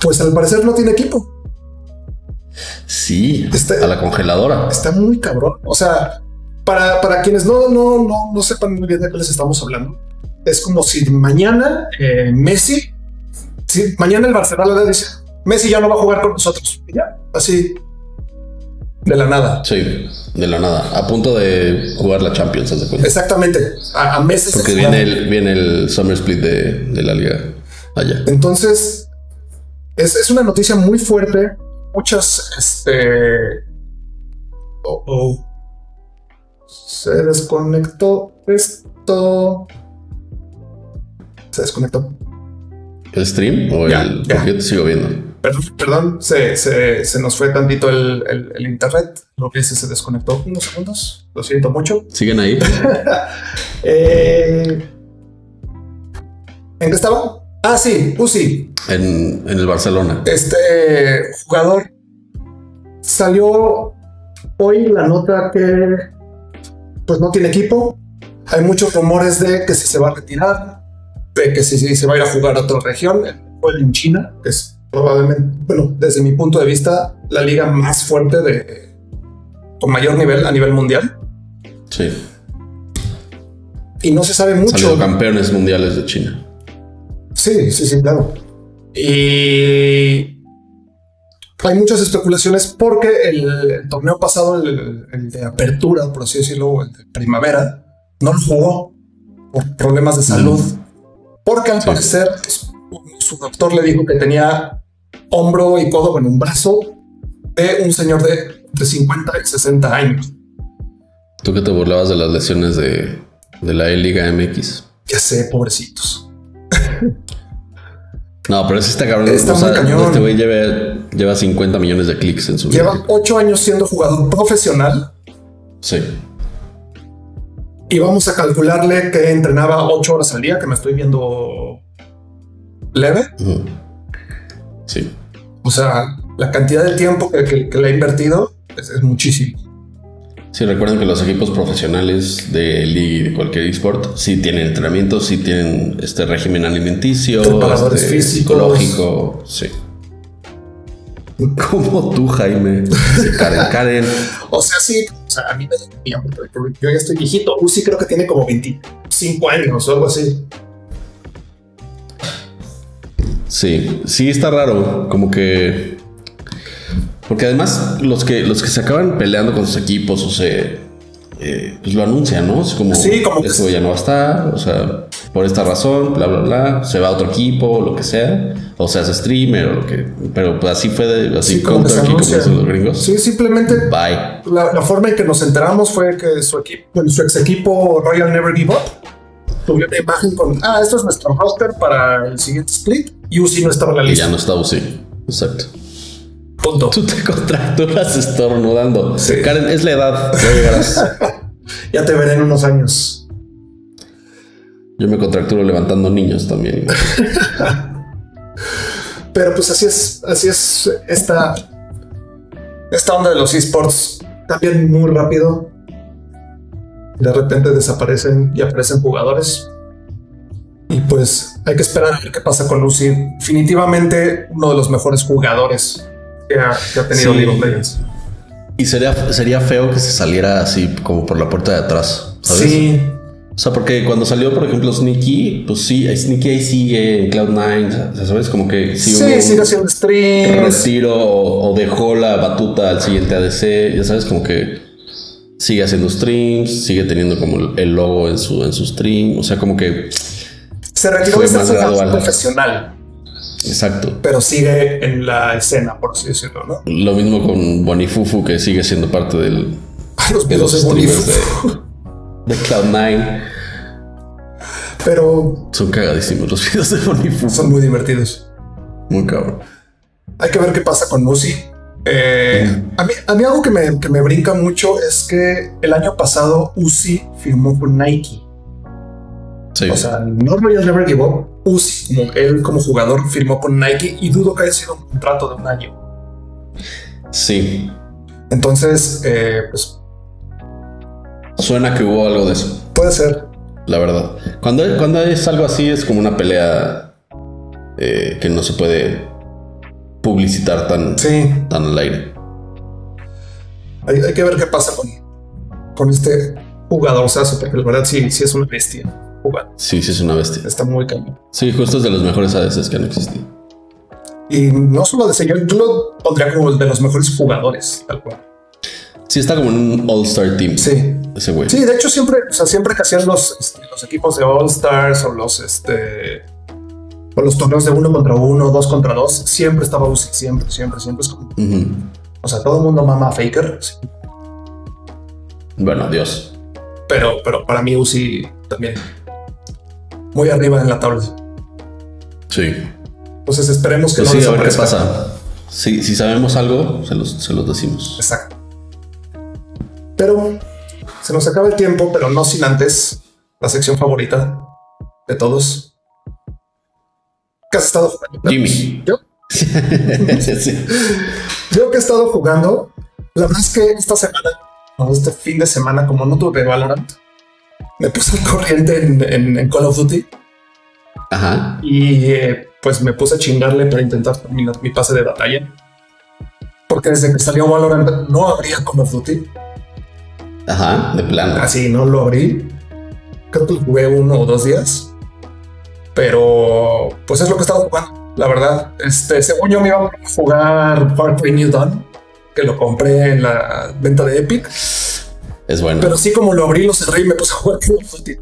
pues al parecer no tiene equipo. Sí, Este- a la congeladora. Está muy cabrón. O sea, para, para quienes no, no, no, no sepan muy bien de qué les estamos hablando, es como si mañana eh, Messi, si mañana el Barcelona le dice, Messi ya no va a jugar con nosotros. Y ya, así. De la nada. Sí, de la nada. A punto de jugar la Champions, haz de cuenta. Exactamente. A, a meses. de Porque jugar. viene el, viene el Summer Split de, de la liga allá. Entonces, es, es una noticia muy fuerte. Muchas, este... Oh, oh. Se desconectó esto. Se desconectó. ¿El stream o Ya, el...? ya. Porque yo te sigo viendo. Perdón, perdón, se, se- se nos fue tantito el, el- el internet. Lo que se, se desconectó unos segundos. Lo siento mucho. ¿Siguen ahí? Eh, ¿En qué estaba? Ah, sí, Uzi, en, en el Barcelona. este jugador. Salió hoy la nota que pues no tiene equipo. Hay muchos rumores de que si se va a retirar, de que si, si se va a ir a jugar a otra región, o en China, que es probablemente, bueno, desde mi punto de vista, la liga más fuerte de con mayor nivel a nivel mundial. Sí. Y no se sabe Salieron mucho. campeones mundiales de China. Sí, sí, sí, claro. Y hay muchas especulaciones porque el, el torneo pasado, el, el de apertura, por así decirlo, o el de primavera, no lo jugó por problemas de salud. Porque al Sí. parecer su- su doctor le dijo que tenía hombro y codo en un brazo de un señor de entre 50 y 60 años. Tú que te burlabas de las lesiones de, de la E-Liga MX. Ya sé, pobrecitos. No, pero sí está cabrón. Está O muy sea, cañón. Este güey lleva, lleva 50 millones de clics en su video. Lleva ocho años siendo jugador profesional Sí. y vamos a calcularle que entrenaba ocho horas al día, que me estoy viendo leve. Ujú. Sí. O sea, la cantidad de tiempo que, que- que le he invertido es, es muchísimo. Sí, recuerden que los equipos profesionales de liga y de cualquier esport sí tienen entrenamiento, sí tienen este régimen alimenticio, Preparadores este, físicos. psicológico, sí. Como tú, Jaime. Sí, Karen, Karen. O sea, sí, o sea, a mí me da tiempo, pero yo ya estoy viejito. Uzi creo que tiene como 25 años o algo así. Sí, sí está raro, como que porque además los que los que se acaban peleando con sus equipos o se eh, pues lo anuncian, ¿no? Es como Sí, como que- esto ya no va a estar, o sea, por esta razón, bla bla bla, se va a otro equipo, lo que sea, o se hace streamer o lo que, pero pues así fue de así Sí, cold turkey, como anuncian. dicen los gringos. Sí, simplemente Bye. la, la forma en que nos enteramos fue que su equipo, bueno, su ex equipo Royal Never Give Up subió una imagen con, ah, esto es nuestro roster para el siguiente split y Uzi no estaba en la Y ya lista. no está UCI. Exacto. Punto. Tú te contracturas estornudando. Sí. Karen, es la edad. Ya llegarás. Ya te veré en unos años. Yo me contracturo levantando niños también. Pero pues así es, así es esta, esta onda de los esports. También muy rápido. De repente desaparecen y aparecen jugadores. Y pues hay que esperar a ver qué pasa con Lucy. Definitivamente uno de los mejores jugadores que ha, que ha tenido Sí. League of Legends. Y sería, sería feo que se saliera así como por la puerta de atrás. ¿sabes? Sí, O sea, porque cuando salió, por ejemplo, Sneaky, pues sí, Sneaky ahí sigue en Cloud9, o sea, ¿sabes? Como que sí, sí, hubo un sigue haciendo streams. retiro o, o dejó la batuta al siguiente ADC, ya sabes, como que sigue haciendo streams, sigue teniendo como el- el logo en su, en su stream, o sea, como que, Se retiró fue de ser más jugador gradual. profesional, exacto. pero sigue en la escena, por así decirlo, ¿no? Lo mismo con Bonifufu, que sigue siendo parte del, Los de los videos es streamers bonito. de, de Cloud9. Pero Son cagadísimos los videos de Bonifufu. son muy divertidos. Muy cabrón. Hay que ver qué pasa con Musi. Eh, a, mí, a mí algo que me, que me brinca mucho es que el año pasado Uzi firmó con Nike. Sí. O sea, no Royal Never Give Up. Uzi, como él como jugador, firmó con Nike y dudo que haya sido un contrato de un año. sí. Entonces, eh, pues Suena que hubo algo de eso, puede ser. la verdad. Cuando, cuando es algo así, es como una pelea eh, que no se puede publicitar tan, Sí, tan al aire. hay, hay que ver qué pasa con, con este jugador, porque la verdad sí, sí es una bestia. Jugar. Sí, sí, es una bestia. Está muy cañón. Sí, justo es de los mejores ADCs que han existido. Y no solo de señor, yo lo pondría como el de los mejores jugadores, tal cual. Sí, está como en un All-Star Team. Sí. Ese güey. Sí, de hecho siempre, o sea, siempre que hacían los, este, los equipos de All Stars o los este o los torneos de uno contra uno, dos contra dos, siempre estaba Usyk, siempre, siempre, siempre es como, Ujú. o sea, todo el mundo mama a Faker, sí, Bueno, Dios. pero, pero para mí Usyk también muy arriba en la tabla. Sí. Entonces esperemos que Pues no sí, a ver qué desaparezca. pasa. Si, si sabemos algo, se los, se los decimos. Exacto. Pero se nos acaba el tiempo, pero no sin antes la sección favorita de todos. ¿Qué has estado jugando? Jimmy. Yo, Sí. yo que he estado jugando, la verdad es que esta semana, o este fin de semana, como no tuve Valorant, me puse al corriente en, en- en Call of Duty Ajá. y eh, pues me puse a chingarle para intentar terminar mi pase de batalla. Porque desde que salió Valorant no habría Call of Duty. Ajá. De plano. Así no lo abrí. Creo que lo jugué uno o dos días. Pero pues es lo que estaba jugando, la verdad. Este, según yo me iba a jugar Far Cry New Dawn, que lo compré en la venta de Epic. Es bueno. Pero sí, como lo abrí, lo cerré y me puse a jugar Call of Duty.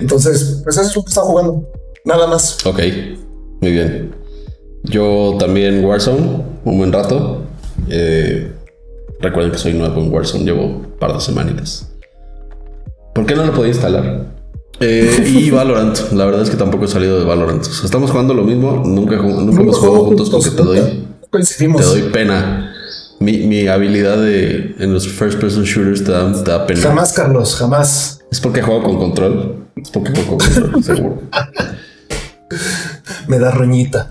Entonces, pues eso es lo que estaba jugando. Nada más. Ok. Muy bien. Yo también Warzone. Un buen rato. Eh, recuerden que soy nuevo en Warzone. Llevo un par de semanitas. ¿Por qué no lo podía instalar? Eh, y Valorant. La verdad es que tampoco he salido de Valorant. O sea, estamos jugando lo mismo. Nunca, ju- nunca hemos jugado juntos porque te doy. Nunca Coincidimos. Te doy pena. Mi, mi habilidad de, en los first person shooters te da, te da pena. Jamás, Carlos, jamás. Es porque juego con control. Es porque juego con control, seguro. Me da roñita.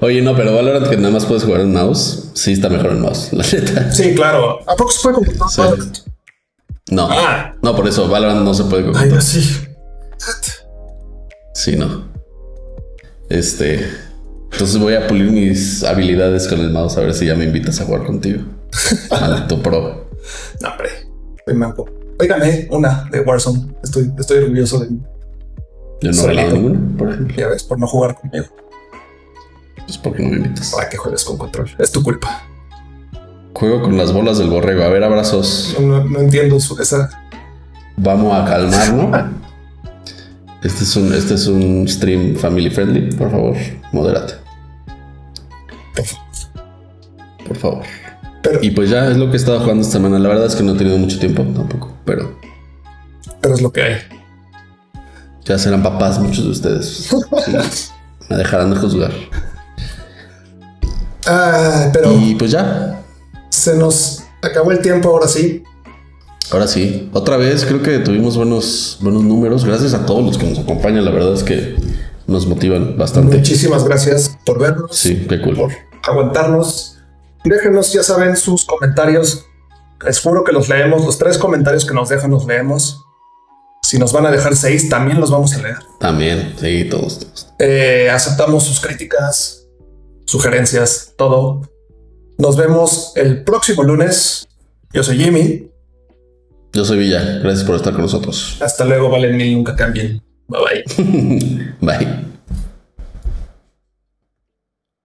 Oye, no, pero Valorant que nada más puedes jugar en mouse. Sí está mejor en mouse, la neta. Sí, claro. ¿A poco se puede comprar Sí. Valorant? No. Ah. No, por eso Valorant no se puede con Ay, control. así. Sí, no. Este. Entonces voy a pulir mis habilidades con el mouse a ver si ya me invitas a jugar contigo. Maldito pro. No, hombre, estoy manco. Hoy gané una de Warzone. Estoy, estoy orgulloso de mí, Yo no he ganado ninguno, por ejemplo. ya ves, por no jugar conmigo. Pues porque no me invitas. Para que juegues con control. Es tu culpa. Juego con las bolas del borrego. A ver, abrazos. No, no entiendo su, esa. Vamos a calmarnos. Este es un, este es un stream family friendly. Por favor, modérate. Por favor. Pero, Y pues ya es lo que he estado jugando esta semana. La verdad es que no he tenido mucho tiempo tampoco, pero pero es lo que hay. ya serán papás muchos de ustedes. Sí, me dejarán de juzgar. Ah, pero Y pues ya. se nos acabó el tiempo ahora sí. Ahora sí, otra vez creo que tuvimos buenos, buenos números. Gracias a todos los que nos acompañan. La verdad es que nos motivan bastante. Muchísimas gracias por vernos, Sí, qué cool. por aguantarnos. Déjenos, ya saben, sus comentarios. Les juro que los leemos. Los tres comentarios que nos dejan, los leemos. Si nos van a dejar seis, también los vamos a leer. También, sí, todos. todos. Eh, aceptamos sus críticas, sugerencias, todo. Nos vemos el próximo lunes. Yo soy Jimmy. Yo soy Villa. Gracias por estar con nosotros. Hasta luego, valen mil, nunca cambien. Bye bye. Bye.